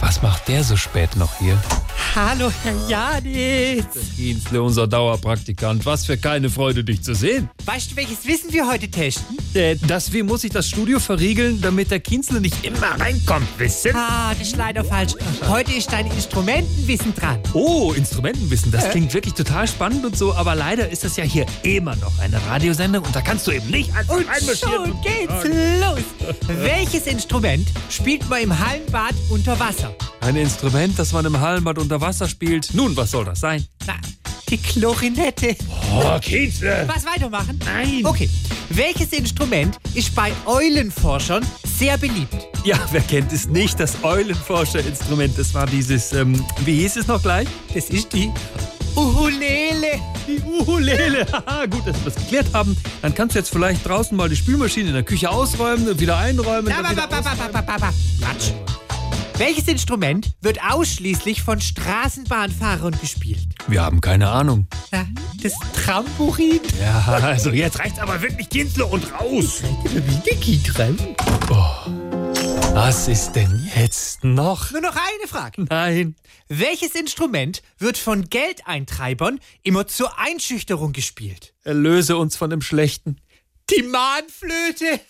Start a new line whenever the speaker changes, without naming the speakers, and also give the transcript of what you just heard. Was macht der so spät noch hier?
Hallo, Herr Janitz.
Dienstler, unser Dauerpraktikant. Was für keine Freude, dich zu sehen.
Weißt du, welches Wissen wir heute testen?
Äh, das wie muss ich das Studio verriegeln, damit der Kienzle nicht immer reinkommt, wissen?
Ah, das ist leider falsch. Heute ist dein Instrumentenwissen dran.
Oh, Instrumentenwissen, das klingt wirklich total spannend und so, aber leider ist das ja hier immer noch eine Radiosendung und da kannst du eben nicht einfach
Und
einmarschieren. Ah,
schon geht's los. Welches Instrument spielt man im Hallenbad unter Wasser?
Ein Instrument, das man im Hallenbad unter Wasser spielt. Nun, was soll das sein?
Na, die Klarinette.
Oh, Kienzle!
Was weitermachen?
Nein.
Okay. Welches Instrument ist bei Eulenforschern sehr beliebt?
Ja, wer kennt es nicht? Das Eulenforscherinstrument, das war dieses, ähm, wie hieß es noch gleich?
Das ist die Ukulele.
Die Ukulele. Haha, Gut, dass wir das geklärt haben. Dann kannst du jetzt vielleicht draußen mal die Spülmaschine in der Küche ausräumen und wieder einräumen.
Da,
dann
ba,
wieder
ba, ba, ba, ba, ba, ba. Quatsch. Welches Instrument wird ausschließlich von Straßenbahnfahrern gespielt?
aus- wir haben keine Ahnung.
Na, das Tramburin.
Ja, also jetzt reicht's aber wirklich, Kindle, und raus. Was ist denn jetzt noch?
Nur noch eine Frage.
Nein.
Welches Instrument wird von Geldeintreibern immer zur Einschüchterung gespielt?
Erlöse uns von dem Schlechten.
Die Mahnflöte.